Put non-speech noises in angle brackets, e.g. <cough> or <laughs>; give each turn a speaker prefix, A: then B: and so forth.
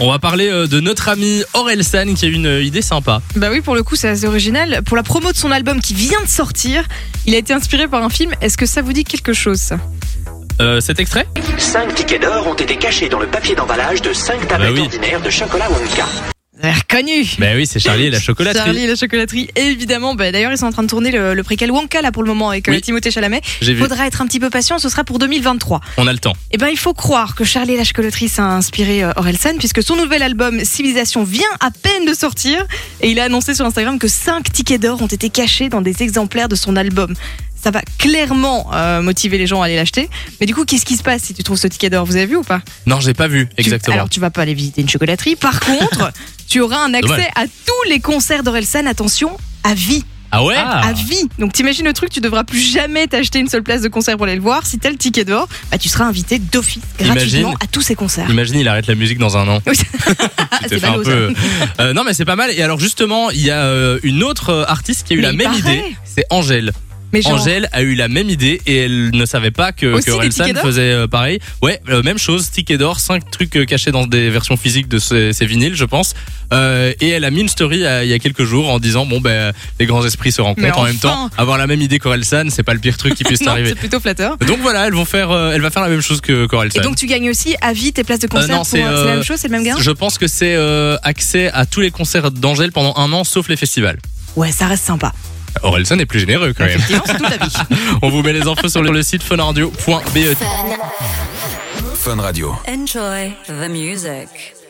A: On va parler euh, de notre ami Aurel San qui a une euh, idée sympa.
B: Bah oui, pour le coup, c'est assez original. Pour la promo de son album qui vient de sortir, il a été inspiré par un film. Est-ce que ça vous dit quelque chose ça
A: Euh, cet extrait
C: Cinq tickets d'or ont été cachés dans le papier d'emballage de cinq
A: Bah
C: tablettes
A: oui.
C: ordinaires de chocolat Wonka.
B: Ça a l'air connu
A: Ben oui, c'est Charlie et la chocolaterie.
B: Charlie et la chocolaterie, évidemment. Bah, D'ailleurs, ils sont en train de tourner le, le préquel Wonka là pour le moment avec euh,
A: Oui.
B: Timothée Chalamet.
A: J'ai vu,
B: Faudra être un petit peu patient, ce sera pour 2023.
A: on a le temps.
B: Eh ben, il faut croire que Charlie et la chocolaterie a inspiré euh, Orelsan puisque son nouvel album Civilisation vient à peine de sortir et il a annoncé sur Instagram que 5 tickets d'or ont été cachés dans des exemplaires de son album. Ça va clairement euh, motiver les gens à aller l'acheter. Mais du coup, qu'est-ce qui se passe si tu trouves ce ticket d'or Vous avez vu ou pas
A: Non, j'ai pas vu,
B: Tu-
A: exactement.
B: alors, tu vas pas aller visiter une chocolaterie.
A: <laughs>
B: Par contre, tu auras un accès
A: Dommage.
B: à tous les concerts d'Orelsan, attention, à vie.
A: Ah ouais
B: À vie. Donc, t'imagines le truc, tu devras plus jamais t'acheter une seule place de concert pour aller le voir. Si t'as le ticket d'or, bah, tu seras invité d'office, gratuitement,
A: Imagine.
B: à tous ces concerts.
A: Imagine, il arrête la musique dans un an.
B: Oui.
A: Tu
B: ah. C'est
A: te fais
B: ballot,
A: un peu- Euh, non, mais c'est pas mal. Et alors, justement, il y a euh, une autre euh, artiste qui a eu
B: Mais
A: la
B: il
A: même
B: paraît.
A: idée. C'est Angèle.
B: <laughs> Mais genre,
A: Angèle a eu la même idée et elle ne savait pas que,
B: Aussi
A: que
B: des
A: Orelsan
B: tickets d'or
A: faisait euh, pareil. Ouais, euh, même chose, ticket d'or, 5 trucs euh, cachés dans des versions physiques de ces, ces vinyles, je pense. Euh, et elle a mis une story euh, il y a quelques jours en disant Bon, ben, les grands esprits se rencontrent
B: Mais
A: en même temps.
B: enfin.
A: Avoir la même idée qu'Orelsan, c'est pas le pire
B: <laughs>
A: truc qui puisse
B: non,
A: t'arriver.
B: c'est plutôt flatteur.
A: Donc voilà, elles vont faire, euh, elle va faire la même chose que
B: Et
A: qu'Orelsan.
B: donc, tu gagnes aussi à vie tes places de concert.
A: non,
B: pour-
A: c'est, euh,
B: la même chose, c'est le même gain
A: Je pense que c'est euh, accès à tous les concerts d'Angèle pendant un an, sauf les festivals.
B: Ouais, ça reste
A: <laughs>
B: sympa.
A: Orelsan est plus généreux
B: <laughs>
A: quand même.
B: Effectivement, c'est toute la vie.
A: On vous met les infos sur le site E funradio.be.
D: Enjoy the music.